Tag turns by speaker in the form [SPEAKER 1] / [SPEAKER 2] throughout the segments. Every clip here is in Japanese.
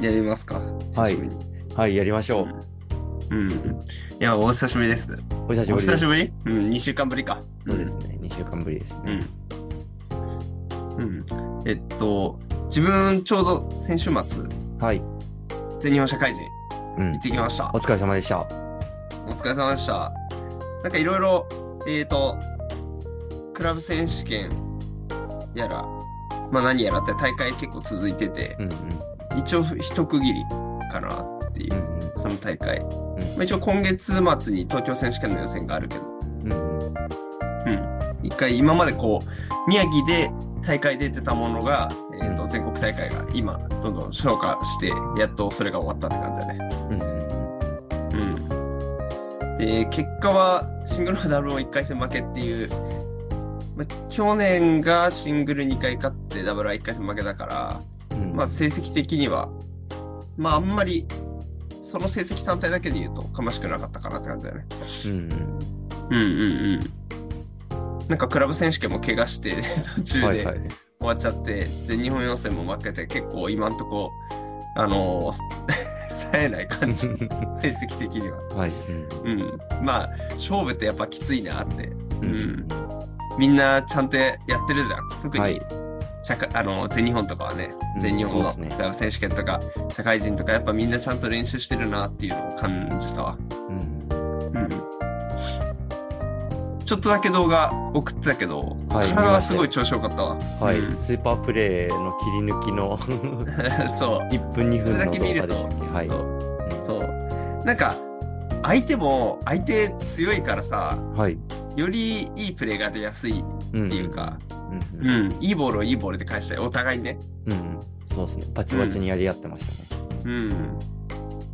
[SPEAKER 1] やりますか。
[SPEAKER 2] はい
[SPEAKER 1] 久しぶりに
[SPEAKER 2] はい、やりましょう。
[SPEAKER 1] うん。いや、お久しぶりです。
[SPEAKER 2] お久し
[SPEAKER 1] お
[SPEAKER 2] ぶり
[SPEAKER 1] 久
[SPEAKER 2] です。
[SPEAKER 1] し
[SPEAKER 2] そ
[SPEAKER 1] ぶりうん、2週間ぶりか。
[SPEAKER 2] うですね。2週間ぶりです
[SPEAKER 1] う
[SPEAKER 2] ね。
[SPEAKER 1] ん。うん。えっと、自分、ちょうど先週末、
[SPEAKER 2] はい。
[SPEAKER 1] 全日本社会人
[SPEAKER 2] う
[SPEAKER 1] 行
[SPEAKER 2] ん
[SPEAKER 1] っ。てきました
[SPEAKER 2] お。疲れ様でした。
[SPEAKER 1] お疲れ様でした。なんかいろいろ、えっ、と、クラブ選手権やら、まあ何やらって大会結構続いてて、
[SPEAKER 2] うんうん。
[SPEAKER 1] 一応一区切りかなっていうう、
[SPEAKER 2] ん
[SPEAKER 1] その大会。まあ、一応今月末に東京選手権の予選があるけど、
[SPEAKER 2] うん。うんうん。
[SPEAKER 1] 一回今までこう、宮城で大会出てたものが、えー、
[SPEAKER 2] う
[SPEAKER 1] と全国大会が今、どんどん消化して、やっとそれが終わったって感じだね。
[SPEAKER 2] うんうん
[SPEAKER 1] うん、で結果はシングルのダブルも1回戦負けっていう、まあ、去年がシングル2回勝ってダブルは1回戦負けだから、
[SPEAKER 2] うん。
[SPEAKER 1] まあ、成績的にはまああんまりその成績単体だけで言うとかましくなかったかなって感じだよね。
[SPEAKER 2] うんうん。
[SPEAKER 1] うんうんうん。なんかクラブ選手権も怪我して 途中で、
[SPEAKER 2] はいはい。
[SPEAKER 1] 終わっちゃって全日本予選も負けて結構今んとこあの 冴えない感じ成績的には。
[SPEAKER 2] はい。
[SPEAKER 1] うん、まあ勝負ってやっぱきついなって
[SPEAKER 2] うんうん。
[SPEAKER 1] みんなちゃんとやってるじゃん特
[SPEAKER 2] は
[SPEAKER 1] に
[SPEAKER 2] い。
[SPEAKER 1] 社会、あの全日本とかはね
[SPEAKER 2] うん
[SPEAKER 1] 全日本の
[SPEAKER 2] そうですね
[SPEAKER 1] クラブ選手権とか社会人とかやっぱみんなちゃんと練習してるなっていうのを感じたわ、
[SPEAKER 2] う
[SPEAKER 1] う
[SPEAKER 2] ん。
[SPEAKER 1] ん、ちょっとだけ動画送ってたけど、
[SPEAKER 2] はい
[SPEAKER 1] 体はすごい調子よかったわ、
[SPEAKER 2] はい。
[SPEAKER 1] うん
[SPEAKER 2] スーパープレイの切り抜きの
[SPEAKER 1] そう
[SPEAKER 2] 1分2
[SPEAKER 1] それ
[SPEAKER 2] 分の動画でしたっ
[SPEAKER 1] だけ見ると
[SPEAKER 2] けはい。
[SPEAKER 1] そううんそうなんか相手も相手強いからさ
[SPEAKER 2] はい。
[SPEAKER 1] よりいいプレーが出やすいっ
[SPEAKER 2] うん
[SPEAKER 1] ていう。か、
[SPEAKER 2] うんう。
[SPEAKER 1] うんん、いいボールをいいボールで返したい、お互いね。
[SPEAKER 2] うんうん。そうですね。バチバチにやり合ってましたね。
[SPEAKER 1] うん。だか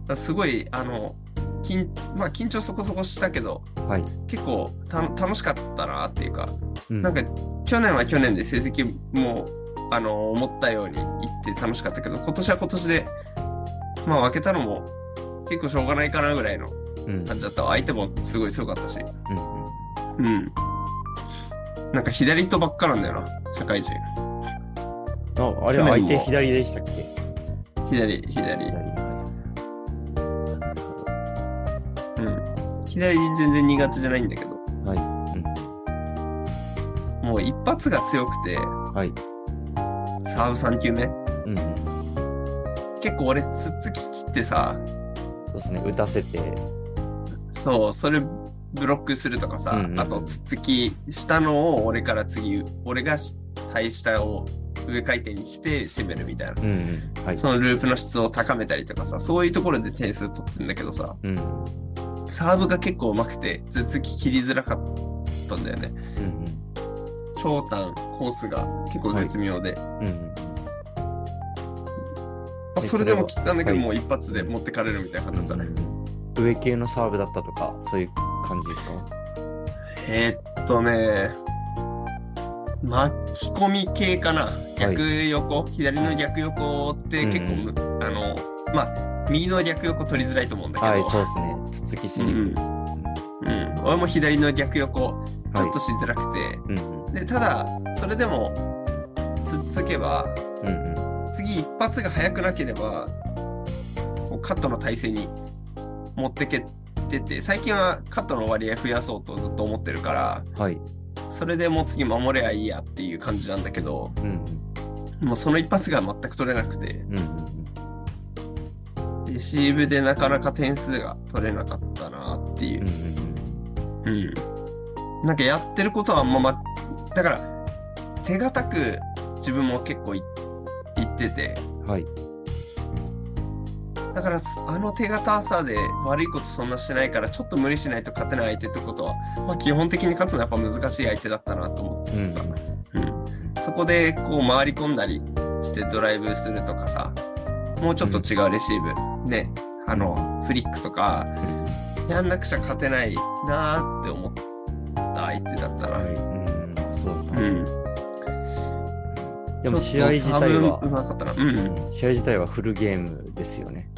[SPEAKER 1] らすごい、あの、緊まあ、緊張そこそこしたけど、
[SPEAKER 2] はい。
[SPEAKER 1] 結構た楽しかったなっていうか、
[SPEAKER 2] うん
[SPEAKER 1] なんか、去年は去年で成績も、あの、思ったようにいって楽しかったけど、今年は今年で、まあ、負けたのも、結構しょうがないかなぐらいの
[SPEAKER 2] うんうん
[SPEAKER 1] 感じだったわ。相手もすごい強かったし。
[SPEAKER 2] うん
[SPEAKER 1] うん。なんか左とばっかなんだよな、社会人。
[SPEAKER 2] ああれ、
[SPEAKER 1] 去年も
[SPEAKER 2] 相手左でしたっけ
[SPEAKER 1] 左、左。
[SPEAKER 2] 左は
[SPEAKER 1] うん、左全然苦手じゃないんだけど
[SPEAKER 2] い。はい。
[SPEAKER 1] もう一発が強くて
[SPEAKER 2] うんはい。
[SPEAKER 1] サーブ3球目
[SPEAKER 2] うんうん。
[SPEAKER 1] 結構俺つっつき切ってさ
[SPEAKER 2] そうですね。打たせて。
[SPEAKER 1] そうそれブロックするとかさ、
[SPEAKER 2] うんうん
[SPEAKER 1] あとつっつきしたのを俺から次俺が対下を上回転にして攻めるみたいな
[SPEAKER 2] うんうん。はい。
[SPEAKER 1] そのループの質を高めたりとかさそういうところで点数取ってんだけどさ
[SPEAKER 2] うん。うん
[SPEAKER 1] サーブが結構上手くてつっつき切りづらかったんだよね長短コースが結構絶妙で、
[SPEAKER 2] うん。うん
[SPEAKER 1] まあ、
[SPEAKER 2] え
[SPEAKER 1] それでも
[SPEAKER 2] そ
[SPEAKER 1] 切ったんだけど、
[SPEAKER 2] はい
[SPEAKER 1] もう一発で持ってかれるみたいな
[SPEAKER 2] う
[SPEAKER 1] 感
[SPEAKER 2] ん。
[SPEAKER 1] じだったね。
[SPEAKER 2] 上系のサーブだったとか、そういう感じですか
[SPEAKER 1] えーっとね、巻き込み系かな。逆横、左の逆横って結構む、あの、まあ、右の逆横取りづらいと思うんだけど、
[SPEAKER 2] はい、そうですね。つつきしにくいです。
[SPEAKER 1] うん、俺も左の逆横、ち
[SPEAKER 2] は
[SPEAKER 1] ょ
[SPEAKER 2] い
[SPEAKER 1] っと。しづらくて、
[SPEAKER 2] うんうん。
[SPEAKER 1] で、ただ、それでも、つっつけば、
[SPEAKER 2] うんうん。
[SPEAKER 1] 次一発が速くなければこうカットの体勢に持ってけてて最近はカットの割合増やそうとずっと思ってるから
[SPEAKER 2] はい。
[SPEAKER 1] それでもう次守ればいいやっていう感じなんだけど
[SPEAKER 2] うんうん。
[SPEAKER 1] もうその一発が全く取れなくて
[SPEAKER 2] うんうん
[SPEAKER 1] レシーブでなかなか点数が取れなかったなってい
[SPEAKER 2] うん。う、
[SPEAKER 1] うん
[SPEAKER 2] うん
[SPEAKER 1] うん、なんかやってることはあんま、ま、だから手堅く自分も結構い言ってて
[SPEAKER 2] うん。はい。
[SPEAKER 1] だからすあの手堅さで悪いことそんなしてないからちょっと無理しないと勝てない相手ってことは、まあ、基本的に勝つのはやっぱ難しい相手だったなと思
[SPEAKER 2] うんうん。
[SPEAKER 1] う、そこでこう回り込んだりしてドライブするとかさもうちょっと違うレシーブねあのフリックとかやんなくちゃ勝てないなーって思った相手だったな、
[SPEAKER 2] はい。うんうん。そうだった
[SPEAKER 1] う
[SPEAKER 2] ね
[SPEAKER 1] ん
[SPEAKER 2] でも試合自体
[SPEAKER 1] ちょっとサブう
[SPEAKER 2] は、
[SPEAKER 1] まかったなうん
[SPEAKER 2] 試合自体はフルゲームですよね。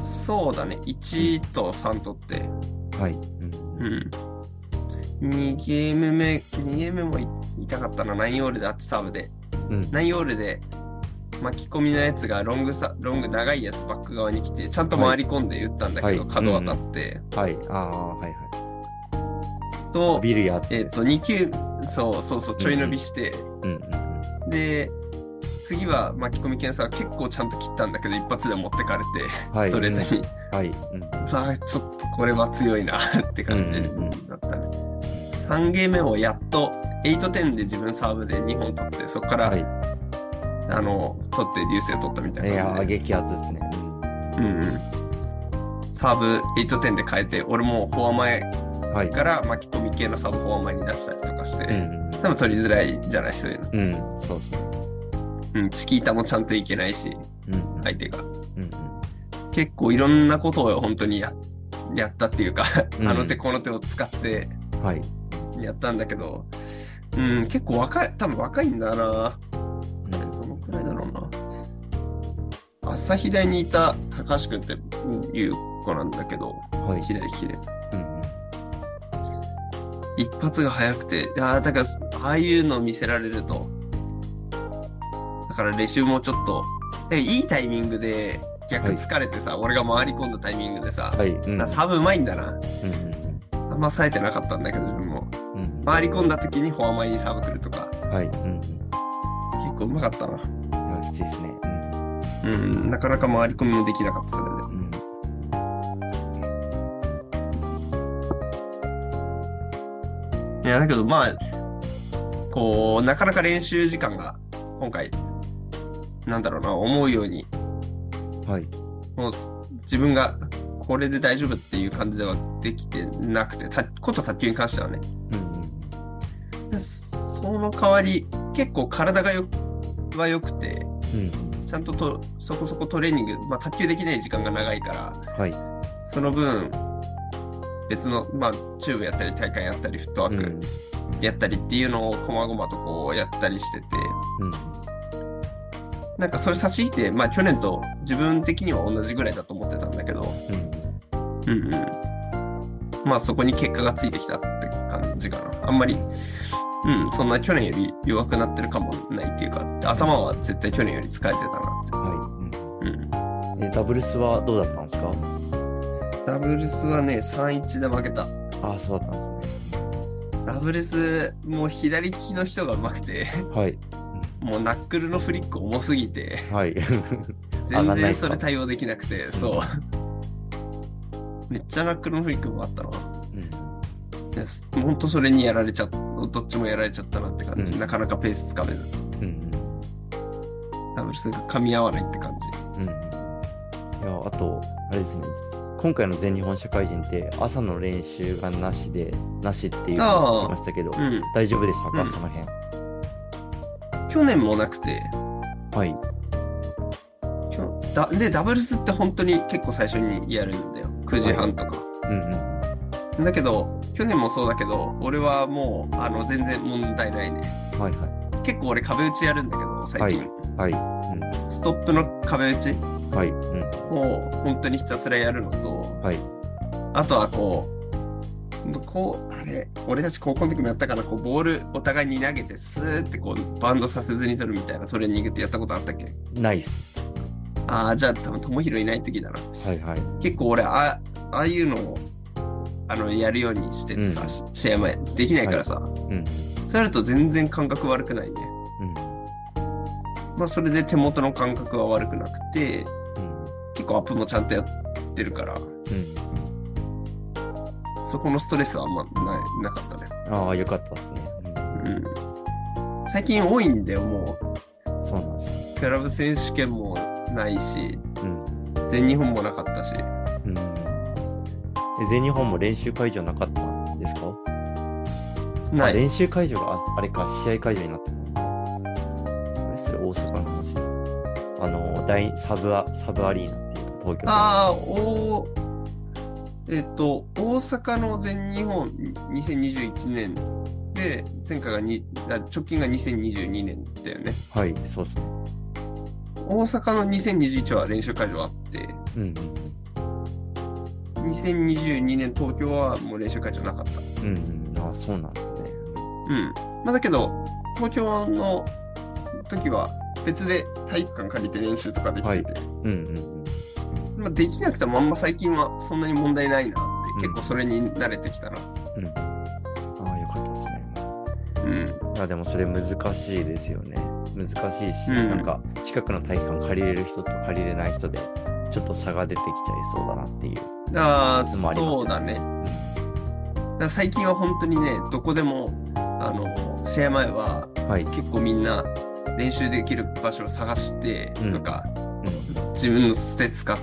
[SPEAKER 1] そうだね1と3取って
[SPEAKER 2] はい。うん
[SPEAKER 1] うん。2ゲーム目、2ゲーム目もい痛かったな、ナインオールであってサーブで。
[SPEAKER 2] うん。
[SPEAKER 1] ナインオールで、巻き込みのやつがロングさロング長いやつバック側に来てちゃんと回り込んで打ったんだけど、
[SPEAKER 2] はい
[SPEAKER 1] 角渡って、
[SPEAKER 2] はい。ああ、はいはい。
[SPEAKER 1] と
[SPEAKER 2] 伸びるやつ
[SPEAKER 1] えっ、
[SPEAKER 2] です。
[SPEAKER 1] と2球そうそうそうちょい伸びして、
[SPEAKER 2] うんうんうん。
[SPEAKER 1] で次は巻き込み検査は結構ちゃんと切ったんだけど一発で持ってかれて、
[SPEAKER 2] はい
[SPEAKER 1] ストレートに、
[SPEAKER 2] はい。うんうん
[SPEAKER 1] まあちょっとこれは強いな って感じだ
[SPEAKER 2] うんうん
[SPEAKER 1] ったね、3ゲーム目をやっと8-10で自分サーブで2本取ってそこから、
[SPEAKER 2] は
[SPEAKER 1] あの取って流星取ったみた
[SPEAKER 2] い。
[SPEAKER 1] い
[SPEAKER 2] い
[SPEAKER 1] な
[SPEAKER 2] や
[SPEAKER 1] 感
[SPEAKER 2] ー、
[SPEAKER 1] じで、
[SPEAKER 2] 激アツですね。うん
[SPEAKER 1] うんうんサーブ8-10で変えて俺もフォア前
[SPEAKER 2] はい。
[SPEAKER 1] から巻き込み系のサーブフォア前に出したりとかして、
[SPEAKER 2] うん
[SPEAKER 1] 多分取りづらいじゃないそういうの、
[SPEAKER 2] うん。うん。そうそう。
[SPEAKER 1] うん、チキータもちゃんといけないし
[SPEAKER 2] うん。
[SPEAKER 1] 相手が
[SPEAKER 2] うんうん。
[SPEAKER 1] 結構いろんなことを本当にややったっていうか
[SPEAKER 2] うん
[SPEAKER 1] あの手この手を使って
[SPEAKER 2] はい。
[SPEAKER 1] やったんだけど、うん、結構若い多分若いんだな
[SPEAKER 2] うん
[SPEAKER 1] どのくらいだろうな朝日大にいた高橋君っていう子なんだけど
[SPEAKER 2] はい。
[SPEAKER 1] 左利きで
[SPEAKER 2] うんうん
[SPEAKER 1] 一発が速くてあーだからああいうの見せられるとだから練習もちょっとえいいタイミングで逆疲れてさ、俺が回り込んだタイミングでさ、
[SPEAKER 2] はい。うん。
[SPEAKER 1] あサブうまいんだな
[SPEAKER 2] うんうん
[SPEAKER 1] あんま冴えてなかったんだけど自分も
[SPEAKER 2] うんうん。
[SPEAKER 1] 回り込んだ時にフォア前にサーブ来るとか
[SPEAKER 2] はい。うんうん。い
[SPEAKER 1] 結構うまかったな
[SPEAKER 2] や、きついですね。
[SPEAKER 1] うんなかなか回り込みもできなかったそれで
[SPEAKER 2] うん。うん。
[SPEAKER 1] いやだけどまあこうなかなか練習時間が今回なんだろうな思うように
[SPEAKER 2] はい。
[SPEAKER 1] もうす自分がこれで大丈夫っていう感じではできてなくてたこと卓球に関してはね
[SPEAKER 2] うん
[SPEAKER 1] その代わり結構体がよは良くて
[SPEAKER 2] うん。
[SPEAKER 1] ちゃんととそこそこトレーニング、まあ、卓球できない時間が長いから
[SPEAKER 2] うん。はい。
[SPEAKER 1] その分別の、まあ、チューブやったり体幹やったりフットワークやったりっていうのをこまごまとこうやったりしてて
[SPEAKER 2] うん。
[SPEAKER 1] なんかそれ差し引いて、まあ、去年と自分的には同じぐらいだと思ってたんだけど、
[SPEAKER 2] うん。
[SPEAKER 1] うんうん、まあそこに結果がついてきたって感じかなあんまり、うん、そんな去年より弱くなってるかもないっていうか頭は絶対去年より疲れてたな
[SPEAKER 2] は
[SPEAKER 1] って、うん、
[SPEAKER 2] い。うん。え、ダブルスはどうだったんですか
[SPEAKER 1] ダブルスはね3-1で負けた
[SPEAKER 2] ああ、そうだったんですね。
[SPEAKER 1] ダブルスもう左利きの人が上手くて
[SPEAKER 2] はい。
[SPEAKER 1] もうナックルのフリック重すぎて
[SPEAKER 2] はい。
[SPEAKER 1] 全
[SPEAKER 2] 上がんない
[SPEAKER 1] 然
[SPEAKER 2] っす
[SPEAKER 1] そ
[SPEAKER 2] か
[SPEAKER 1] れ対応できなくてそうめっちゃナックルのフリックもあったな
[SPEAKER 2] うん。
[SPEAKER 1] ですほんとそれにやられちゃったどっちもやられちゃったなって感じ、
[SPEAKER 2] うん
[SPEAKER 1] なかなかペースつかめず
[SPEAKER 2] うん。
[SPEAKER 1] ダブルスが噛み合わないって感じ
[SPEAKER 2] うん。いや、あと、あれですね。今回の全日本社会人って朝の練習がなしで、なしっていうのを聞きましたけど、
[SPEAKER 1] うん
[SPEAKER 2] 大丈夫でしたか、
[SPEAKER 1] うん
[SPEAKER 2] その辺。
[SPEAKER 1] 去年もなくて
[SPEAKER 2] はい。
[SPEAKER 1] きょだでダブルスって本当に結構最初にやるんだよ9時半とか、
[SPEAKER 2] うんうん。
[SPEAKER 1] だけど去年もそうだけど俺はもうあの全然問題ないね
[SPEAKER 2] はいは
[SPEAKER 1] 結構俺壁打ちやるんだけど最近、
[SPEAKER 2] い。はい。
[SPEAKER 1] ストップの壁打ち
[SPEAKER 2] うん。はい。うん。
[SPEAKER 1] を本当にひたすらやるのと
[SPEAKER 2] はい。
[SPEAKER 1] あとはこうこうあれ俺たち高校の時もやったからこうボールお互いに投げてスーってこうバウンドさせずに取るみたいなトレーニングってやったことあったっけ
[SPEAKER 2] ナイス。
[SPEAKER 1] ああじゃあ多分友広いない時だな
[SPEAKER 2] はいはい。
[SPEAKER 1] 結構俺あああいうのをあのやるようにしててさ、
[SPEAKER 2] うん
[SPEAKER 1] し試合前できないからさ、
[SPEAKER 2] うん。
[SPEAKER 1] そうやると全然感覚悪くないね
[SPEAKER 2] うん。
[SPEAKER 1] まあそれで手元の感覚は悪くなくて
[SPEAKER 2] うん。
[SPEAKER 1] 結構アップもちゃんとやってるから
[SPEAKER 2] うん。
[SPEAKER 1] そこのストレスはあんまないなかったね
[SPEAKER 2] ああ、よかったですね。
[SPEAKER 1] うん最近多いんだよも
[SPEAKER 2] うん。そうなんです。
[SPEAKER 1] うクラブ選手権もないし
[SPEAKER 2] うん。
[SPEAKER 1] 全日本もなかったし
[SPEAKER 2] うん。え全日本も練習会場なかったんですか
[SPEAKER 1] な
[SPEAKER 2] あ
[SPEAKER 1] い
[SPEAKER 2] 練習会場がああれか、試合会場になってるのか。あれ、それ大阪の話。あの、大サブア、サブアリーナっていうか、東京
[SPEAKER 1] ああおえっと大阪の全日本2021年で前回がにあ直近が2022年だよね
[SPEAKER 2] の。はい、そうですね。
[SPEAKER 1] 大阪の2021は練習会場あって
[SPEAKER 2] うん
[SPEAKER 1] 2022年東京はもう練習会場なかった
[SPEAKER 2] うんうん。うんうん。ああ、そうなんですね。
[SPEAKER 1] うんまあだけど東京の時は別で体育館借りて練習とかできてて、
[SPEAKER 2] うんうんうん。
[SPEAKER 1] まあ、できなくてもあんま最近はそんなに問題ないなって、
[SPEAKER 2] うん
[SPEAKER 1] 結構それに慣れてきたな。
[SPEAKER 2] ああ、よかったですね。
[SPEAKER 1] うん。
[SPEAKER 2] いや、でもそれ難しいですよね。難しいし、
[SPEAKER 1] うん
[SPEAKER 2] なんか近くの体育館借りれる人と借りれない人で、ちょっと差が出てきちゃいそうだなっていう。
[SPEAKER 1] ああ、
[SPEAKER 2] いつもありますよ
[SPEAKER 1] そうだね。だから最近は本当にね、どこでも、あの、試合前は
[SPEAKER 2] はい。
[SPEAKER 1] 結構みんな練習できる場所を探してとか、
[SPEAKER 2] う
[SPEAKER 1] 自分の捨て使っ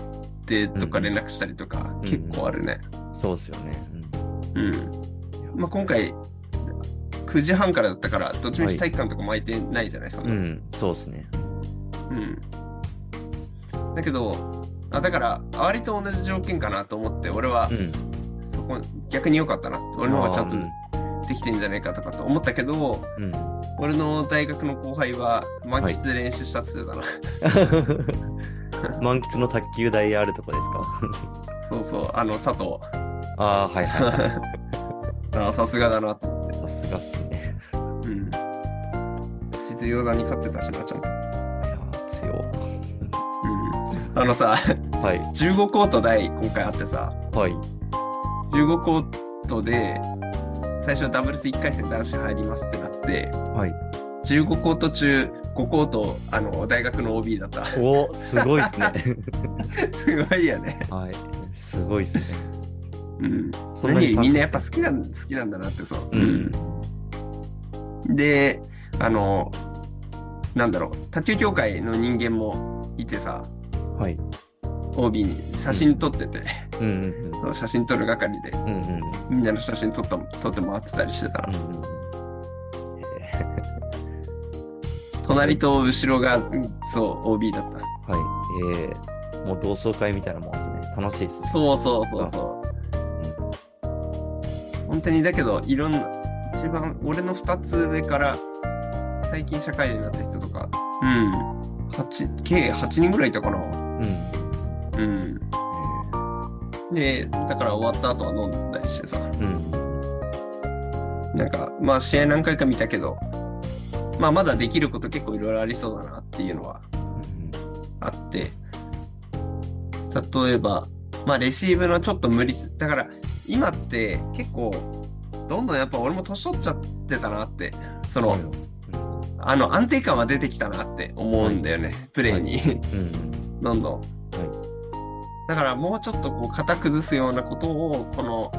[SPEAKER 1] てとか
[SPEAKER 2] うん
[SPEAKER 1] 連絡したりとか、
[SPEAKER 2] ん
[SPEAKER 1] 結構あるね。
[SPEAKER 2] ん、そうですよね。
[SPEAKER 1] うん。
[SPEAKER 2] うん
[SPEAKER 1] まあ、今回、9時半からだったから、どっちみ
[SPEAKER 2] は
[SPEAKER 1] ち
[SPEAKER 2] い
[SPEAKER 1] 体育館とか巻いてないじゃない、そん
[SPEAKER 2] う
[SPEAKER 1] な。
[SPEAKER 2] ん、そうですね。
[SPEAKER 1] うん。だけど、あだから、ありと同じ条件かなと思って、俺は
[SPEAKER 2] うん。
[SPEAKER 1] そこ、逆に良かったなって、俺の方がちゃんと
[SPEAKER 2] あー
[SPEAKER 1] できてんじゃないかとかと思ったけど、
[SPEAKER 2] うん。うん
[SPEAKER 1] 俺の大学の後輩は満喫で練習したって言ってたな。
[SPEAKER 2] 満喫の卓球台あるとこですか
[SPEAKER 1] そうそう、あの、佐藤。
[SPEAKER 2] ああ、はいはいはい。
[SPEAKER 1] ああさすがだなと。
[SPEAKER 2] さすがっすね。
[SPEAKER 1] うん。実業団に勝ってたしな、ちゃんと。
[SPEAKER 2] いやー、強。
[SPEAKER 1] うん。あのさ、
[SPEAKER 2] はい、
[SPEAKER 1] 15コート台今回あってさ、
[SPEAKER 2] はい、
[SPEAKER 1] 15コートで、最初ダブルス1回戦男子入りますってなって、
[SPEAKER 2] はい。
[SPEAKER 1] 15コート中5コート、あの、大学の OB だった。
[SPEAKER 2] おすごいっすね。
[SPEAKER 1] すごいよね。
[SPEAKER 2] はい、すごいっすね。
[SPEAKER 1] うん。
[SPEAKER 2] そんな
[SPEAKER 1] 何
[SPEAKER 2] に
[SPEAKER 1] みんなやっぱ好きなん、好きなんだなってそう。
[SPEAKER 2] うん。
[SPEAKER 1] であのなんだろう卓球協会の人間もいてさ
[SPEAKER 2] はい。
[SPEAKER 1] OB に写真撮ってて、
[SPEAKER 2] うんうんうん。
[SPEAKER 1] その写真撮る係で
[SPEAKER 2] うんうんうん。
[SPEAKER 1] みんなの写真撮った撮って回ってたりしてたら、
[SPEAKER 2] うんうんうんえー
[SPEAKER 1] 隣と後ろがうんそう OB だった
[SPEAKER 2] はい。えー、もう同窓会みたいなもんですね。楽しいっすね。
[SPEAKER 1] そうそうそうそう本当にだけどいろんな一番俺の2つ上から最近社会人になった人とかうん8計8人ぐらいいたかな
[SPEAKER 2] うん。え
[SPEAKER 1] うんでだから終わった後は飲んだりしてさ
[SPEAKER 2] ーうん。
[SPEAKER 1] なんか、まあ試合何回か見たけど、まあまだできること結構いろいろありそうだなっていうのはあって、例えば、まあレシーブのちょっと無理す、だから今って結構、どんどんやっぱ俺も年取っちゃってたなって、そ
[SPEAKER 2] うん。
[SPEAKER 1] の、あの安定感は出てきたなって思うんだよね、プレーに、
[SPEAKER 2] うん。
[SPEAKER 1] どんどん。
[SPEAKER 2] は
[SPEAKER 1] だからもうちょっとこう型崩すようなことを、この、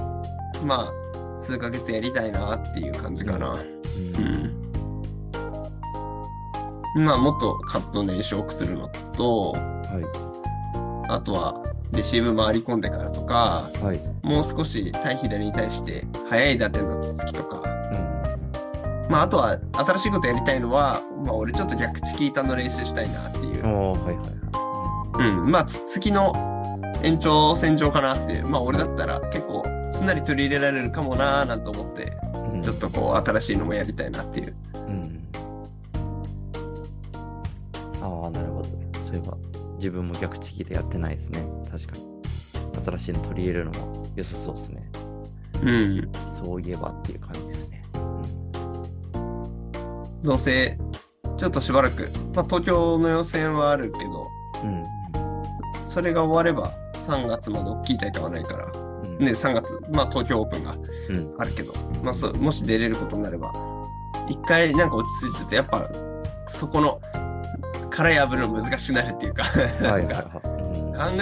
[SPEAKER 1] まあ、数ヶ月やりたいなっていう感じかな。
[SPEAKER 2] い。うん。
[SPEAKER 1] うん、まあもっとカットの練習を多くするのと
[SPEAKER 2] は
[SPEAKER 1] あとはレシーブ回り込んでからとか
[SPEAKER 2] い。はい。
[SPEAKER 1] もう少し対左に対して速い打点の続きとか、
[SPEAKER 2] う
[SPEAKER 1] まあ、あとは新しいことやりたいのは、まあ、俺ちょっと逆チキータの練習したいなってい
[SPEAKER 2] ん。
[SPEAKER 1] う、
[SPEAKER 2] おー、はいはいは
[SPEAKER 1] うん、まあつつきの延長線上かなっていうまあ俺だったら結構すんなり取り入れられるかもなーなんて思って
[SPEAKER 2] い。うん
[SPEAKER 1] ちょっとこう新しいのもやりたいなっていう。
[SPEAKER 2] うん。ああ、なるほど。そういえば、自分も逆チキでやってないですね。確かに。新しいの取り入れるのも良さそうですね。
[SPEAKER 1] うん
[SPEAKER 2] そういえばっていう感じですね。
[SPEAKER 1] どうせちょっとしばらく、まあ、東京の予選はあるけど
[SPEAKER 2] うん。
[SPEAKER 1] それが終われば3月まで大きい大会はないから、
[SPEAKER 2] うん。
[SPEAKER 1] ね、3月、まあ、東京オープンが
[SPEAKER 2] うん。
[SPEAKER 1] あるけど、まあ、そうもし出れることになれば一回なんか落ち着いててやっぱそこの殻破るの難しくなるっていうか
[SPEAKER 2] は
[SPEAKER 1] ないん
[SPEAKER 2] はい
[SPEAKER 1] か
[SPEAKER 2] は
[SPEAKER 1] 考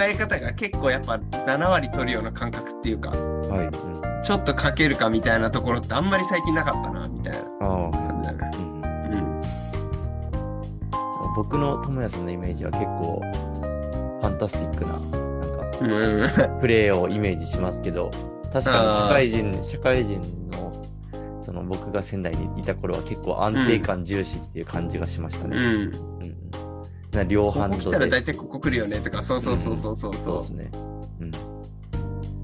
[SPEAKER 1] え方が結構やっぱ7割取るような感覚っていうか
[SPEAKER 2] い。うん。はい。うん、あ
[SPEAKER 1] ちょっとかけるかみたいなところってあんまり最近なかったなみたいな
[SPEAKER 2] あ。
[SPEAKER 1] 感じだね。
[SPEAKER 2] うん。
[SPEAKER 1] うん
[SPEAKER 2] 僕の友也さんのイメージは結構、ファンタスティックな、なんか、
[SPEAKER 1] うん
[SPEAKER 2] プレーをイメージしますけど、確かに社会人、社会人の、その僕が仙台にいた頃は結構安定感重視っていう感じがしました
[SPEAKER 1] う
[SPEAKER 2] ね。
[SPEAKER 1] ん
[SPEAKER 2] うんうんな両
[SPEAKER 1] こ
[SPEAKER 2] ハ
[SPEAKER 1] こ
[SPEAKER 2] ン
[SPEAKER 1] 来
[SPEAKER 2] ド
[SPEAKER 1] たら
[SPEAKER 2] で。
[SPEAKER 1] 大体ここ来るよねとか、そうそうそうそうそう
[SPEAKER 2] そ
[SPEAKER 1] そ
[SPEAKER 2] うですね。うん。
[SPEAKER 1] う。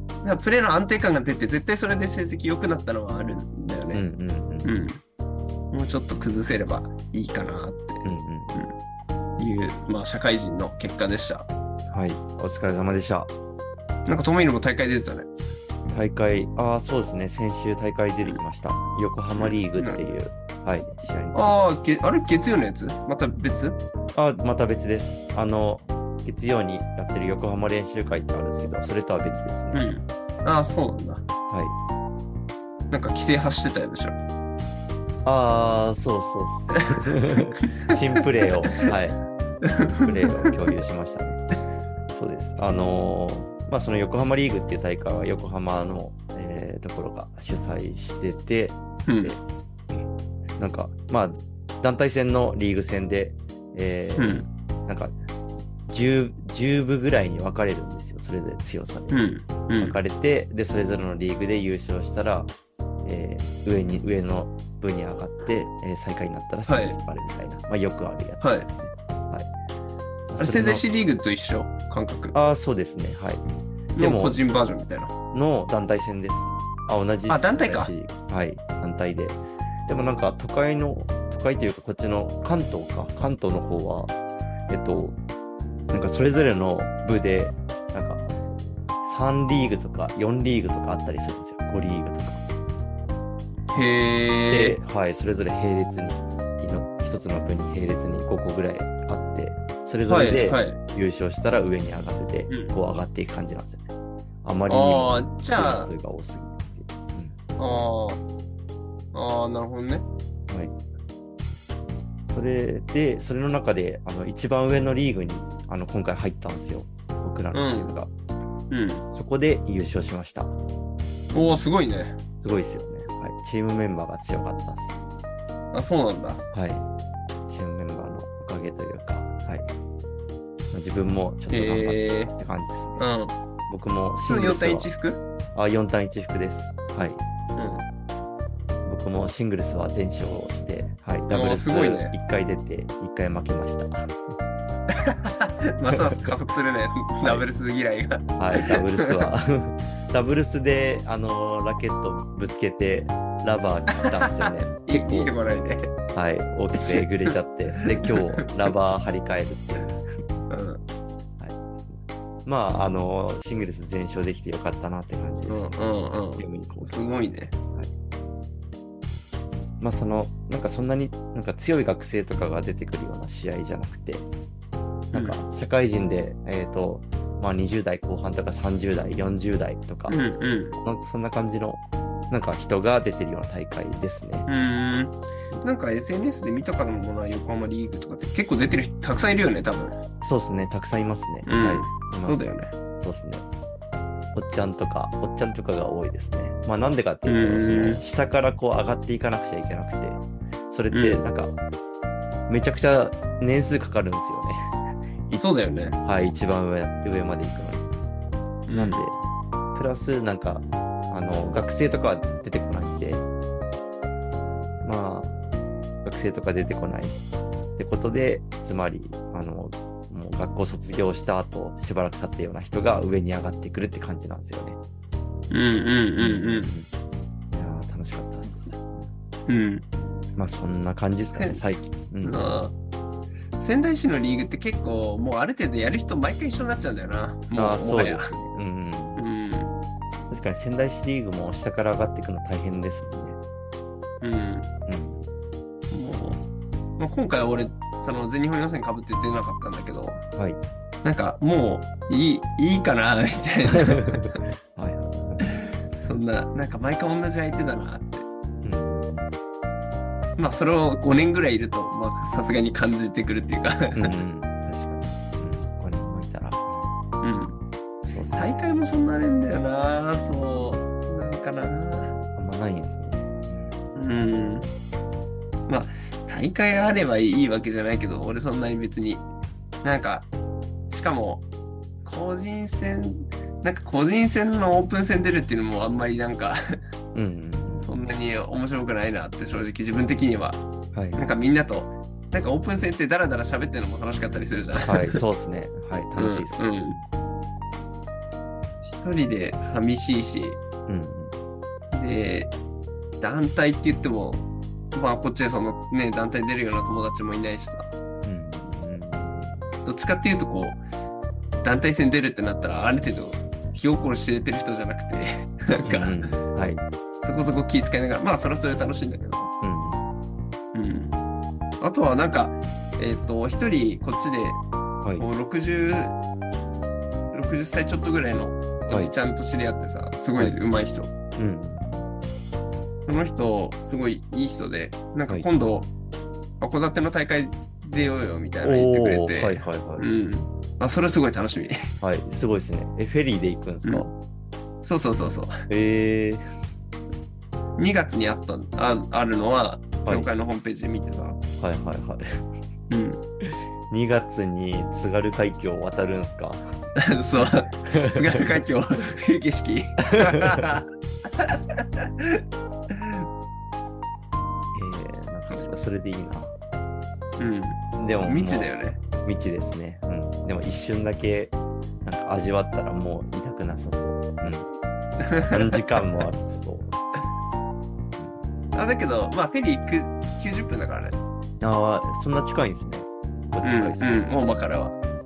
[SPEAKER 1] だからプレーの安定感が出て、絶対それで成績良くなったのはあるんだよ
[SPEAKER 2] う
[SPEAKER 1] ね。
[SPEAKER 2] んうんうん。
[SPEAKER 1] うん。もうちょっと崩せればいいかなっ
[SPEAKER 2] うんうん。
[SPEAKER 1] ていう、まあ社会人の結果でした。
[SPEAKER 2] はい。お疲れ様でした。
[SPEAKER 1] なんか、ともいにも大会出てたね。
[SPEAKER 2] 大会、ああ、そうですね。先週大会出てきました。横浜リーグっていう、はい、試合に。
[SPEAKER 1] ああ、げあれ月曜のやつまた別
[SPEAKER 2] あ、また別です。あの、月曜にやってる横浜練習会ってあるんですけど、それとは別です
[SPEAKER 1] う
[SPEAKER 2] ね。
[SPEAKER 1] ん。ああ、そうなんだ。
[SPEAKER 2] はい。
[SPEAKER 1] なんか規制発してたやつでしょ。
[SPEAKER 2] ああ、そうそうっす 新プレーを、はい。プレーを共有しましたね。そうです。あのーまあ、その横浜リーグっていう大会は横浜の、えーところが主催してて、
[SPEAKER 1] うん。
[SPEAKER 2] なんか、まあ、団体戦のリーグ戦で、えー
[SPEAKER 1] うん。
[SPEAKER 2] なんか 10, 10部ぐらいに分かれるんですよ、それぞれ強さで。
[SPEAKER 1] うん。う
[SPEAKER 2] 分
[SPEAKER 1] ん。
[SPEAKER 2] かれて、で、それぞれのリーグで優勝したら、えー上に上の部に上がって、えー最下位になったら下に引っ張るみたいな、まあ、よくあるやつ。
[SPEAKER 1] はい。あれ、
[SPEAKER 2] それ
[SPEAKER 1] 仙
[SPEAKER 2] の
[SPEAKER 1] 台市リーグと一緒感覚。
[SPEAKER 2] ああ、そうですね、はい。でも
[SPEAKER 1] の個人バージョンみたいな。
[SPEAKER 2] の団体戦です。あ、同じです
[SPEAKER 1] あ団体か。
[SPEAKER 2] 同じはい、団体で。でもなんか、都会の、都会というか、こっちの関東か、関東の方は、えっと、なんかそれぞれの部で、なんか、3リーグとか4リーグとかあったりするんですよ、5リーグとか。
[SPEAKER 1] へ
[SPEAKER 2] で
[SPEAKER 1] え。、
[SPEAKER 2] はい、それぞれ並列に、いの一つの部に並列に5個ぐらいあって、それぞ
[SPEAKER 1] は
[SPEAKER 2] れ
[SPEAKER 1] い。
[SPEAKER 2] で
[SPEAKER 1] はい。
[SPEAKER 2] 優勝したら上に上がってて、
[SPEAKER 1] うん
[SPEAKER 2] こう上がっていく感じなんですよね。あまりにも
[SPEAKER 1] ああ、じゃあ
[SPEAKER 2] 数、が多すぎて。
[SPEAKER 1] ああ。ああ、なるほどね。
[SPEAKER 2] うんはい、それで、それの中で、あの一番上のリーグにあの今回入ったんですよ、僕らのチームが。
[SPEAKER 1] うん。
[SPEAKER 2] そこで優勝しました。
[SPEAKER 1] おお、すごいね。
[SPEAKER 2] すごいですよね。はい、チームメンバーが強かったです。
[SPEAKER 1] あ、そうなんだ。
[SPEAKER 2] はい。チームメンバーのおかげというか、はい。自分もちょっと頑張
[SPEAKER 1] へえ。
[SPEAKER 2] ったって感じですね。
[SPEAKER 1] うん。
[SPEAKER 2] 僕も
[SPEAKER 1] 普通4対1服
[SPEAKER 2] はあ、4対1服です。はい。
[SPEAKER 1] う
[SPEAKER 2] 僕もシングルスは全勝して、はい。ダブルス
[SPEAKER 1] すごいね
[SPEAKER 2] 1回出て、1回負けました。
[SPEAKER 1] ん。ますます加速するね。ダブルス嫌いが。
[SPEAKER 2] はい。ダブルスは。 ダブルスで、あのラケットぶつけて、ラバー切ったんですよ ね。
[SPEAKER 1] いいいいとこないね。
[SPEAKER 2] はい。大きくえぐれちゃって。で、今日、ラバー張り替えるっていう。
[SPEAKER 1] うん。
[SPEAKER 2] まあ、あのシングルス全勝できてよかったなって感じです。
[SPEAKER 1] うんうんうん
[SPEAKER 2] チームに貢
[SPEAKER 1] す
[SPEAKER 2] 献
[SPEAKER 1] ごいね。
[SPEAKER 2] まあ、その、なんかそんなになんか強い学生とかが出てくるような試合じゃなくて、なんか社会人で、えっ、と、まあ、20代後半とか30代、40代とか、
[SPEAKER 1] うんうん。
[SPEAKER 2] なんかそんな感じの、なんか人が出てるような大会ですね。
[SPEAKER 1] うーん。なんか SNS で見たかのものは横浜リーグとかって結構出てる人たくさんいるよね、多分。
[SPEAKER 2] そうですね、たくさんいますね。
[SPEAKER 1] うん
[SPEAKER 2] はい。います
[SPEAKER 1] そうだよね。
[SPEAKER 2] そうですね。おっちゃんとか、おっちゃんとかが多いですね。まあなんでかっていうと、そ
[SPEAKER 1] うん
[SPEAKER 2] の下からこう上がっていかなくちゃいけなくて、それって
[SPEAKER 1] う
[SPEAKER 2] なんか、めちゃくちゃ年数かかるんですよね。い
[SPEAKER 1] そうだよね。
[SPEAKER 2] はい、一番上上まで行くの
[SPEAKER 1] う
[SPEAKER 2] に。なんで、プラスなんか、あの、学生とかは出てこないんで、まあ、学生とか出てこないってことで、つまり、あの、もう学校卒業した後、しばらく経ったような人が上に上がってくるって感じなんですよね。
[SPEAKER 1] うんうん
[SPEAKER 2] いやー楽しかったです。
[SPEAKER 1] うんうん。
[SPEAKER 2] まあそんな感じですかね、
[SPEAKER 1] せ
[SPEAKER 2] 最近。う
[SPEAKER 1] うんん。あー仙台市のリーグって結構もうある程度やる人毎回一緒になっちゃうんだよな。も
[SPEAKER 2] あー
[SPEAKER 1] うもはや
[SPEAKER 2] そ。うんうん
[SPEAKER 1] うん。
[SPEAKER 2] 確かに仙台市リーグも下から上がっていくの大変ですもんね。
[SPEAKER 1] うん。
[SPEAKER 2] うん
[SPEAKER 1] もう、まあ、今回俺その全日本予選かぶって出なかったんだけど、
[SPEAKER 2] はい
[SPEAKER 1] なんかもういいいいかなみたいな
[SPEAKER 2] はいはい
[SPEAKER 1] そんななんか毎回同じ相手だなって
[SPEAKER 2] うん
[SPEAKER 1] まあそれを5年ぐらいいるとまあさすがに感じてくるっていうか、
[SPEAKER 2] うんうん確かに。うんここにもいたら。うん
[SPEAKER 1] うん、
[SPEAKER 2] そうですね。
[SPEAKER 1] 大会もそんなねえんだよなそうなんかな
[SPEAKER 2] あんまないんですね。
[SPEAKER 1] うんまあ大会あればいいわけじゃないけど俺そんなに別になんかしかも個人戦なんか個人戦のオープン戦出るっていうのもあんまりなんか
[SPEAKER 2] うんうんうん。
[SPEAKER 1] そんなに面白くないなって正直自分的には
[SPEAKER 2] はい。
[SPEAKER 1] なんかみんなとなんかオープン戦ってダラダラ喋ってるのも楽しかったりするじゃん。
[SPEAKER 2] はい、そうですね。はい、楽しいです。
[SPEAKER 1] うんうん一人で寂しいし
[SPEAKER 2] うん
[SPEAKER 1] で団体って言ってもまあこっちでそのね団体に出るような友達もいないしさ
[SPEAKER 2] うんうんうん
[SPEAKER 1] どっちかっていうとこう団体戦出るってなったらある程度気心知れてる人じゃなくて なんか、
[SPEAKER 2] うんうんはい。
[SPEAKER 1] そこそこ気遣いながらまあそれはそれで楽しいんだけど
[SPEAKER 2] うん
[SPEAKER 1] とはなんか、えっ、と、一人こっちで
[SPEAKER 2] はい。
[SPEAKER 1] もう60、60歳ちょっとぐらいのおじちゃんと知り合ってさ、すごい上手い人。
[SPEAKER 2] うん。
[SPEAKER 1] その人、すごいいい人で、なんか
[SPEAKER 2] はい
[SPEAKER 1] 今度、函館の大会出ようよみたいな言って
[SPEAKER 2] お
[SPEAKER 1] くれ
[SPEAKER 2] お
[SPEAKER 1] て、
[SPEAKER 2] ー、はいはいは
[SPEAKER 1] う
[SPEAKER 2] い。
[SPEAKER 1] ん。あ、それすごい楽しみ。
[SPEAKER 2] はい、すごいですね。え、フェリーで行くんですか、
[SPEAKER 1] うそうそうそうそう。
[SPEAKER 2] えー、
[SPEAKER 1] 2月にあった、ああるのは、
[SPEAKER 2] はい
[SPEAKER 1] 協会のホームページで見てさ、
[SPEAKER 2] はいはいはい。
[SPEAKER 1] うん。
[SPEAKER 2] 2月に津軽海峡を渡るんすか
[SPEAKER 1] そう、津軽海峡、冬景色。
[SPEAKER 2] えー、なんかそれはそれでいいな。
[SPEAKER 1] う
[SPEAKER 2] でも、
[SPEAKER 1] ん。未知だよね。
[SPEAKER 2] もう。未知ですね。うん。でも一瞬だけ、なんか味わったらもう痛くなさそう。うん。何時間も歩きそう。
[SPEAKER 1] あだけど、まあ、フェリー行く90分だからね。
[SPEAKER 2] ああ、そんな近いんですね。こっち近いですね。
[SPEAKER 1] うん、大場からは。
[SPEAKER 2] ああ、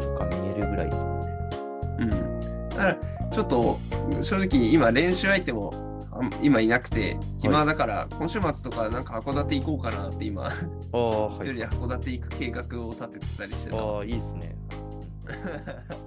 [SPEAKER 2] そっか、見えるぐらいですもんね。
[SPEAKER 1] うん。だから、ちょっと、正直今、練習相手も、あん今いなくて、暇だから、今週末とか、なんか函館行こうかなって今、
[SPEAKER 2] ああ、は
[SPEAKER 1] 一人で函館行く計画を立ててたりしてた。
[SPEAKER 2] ああ、いいですね。
[SPEAKER 1] うん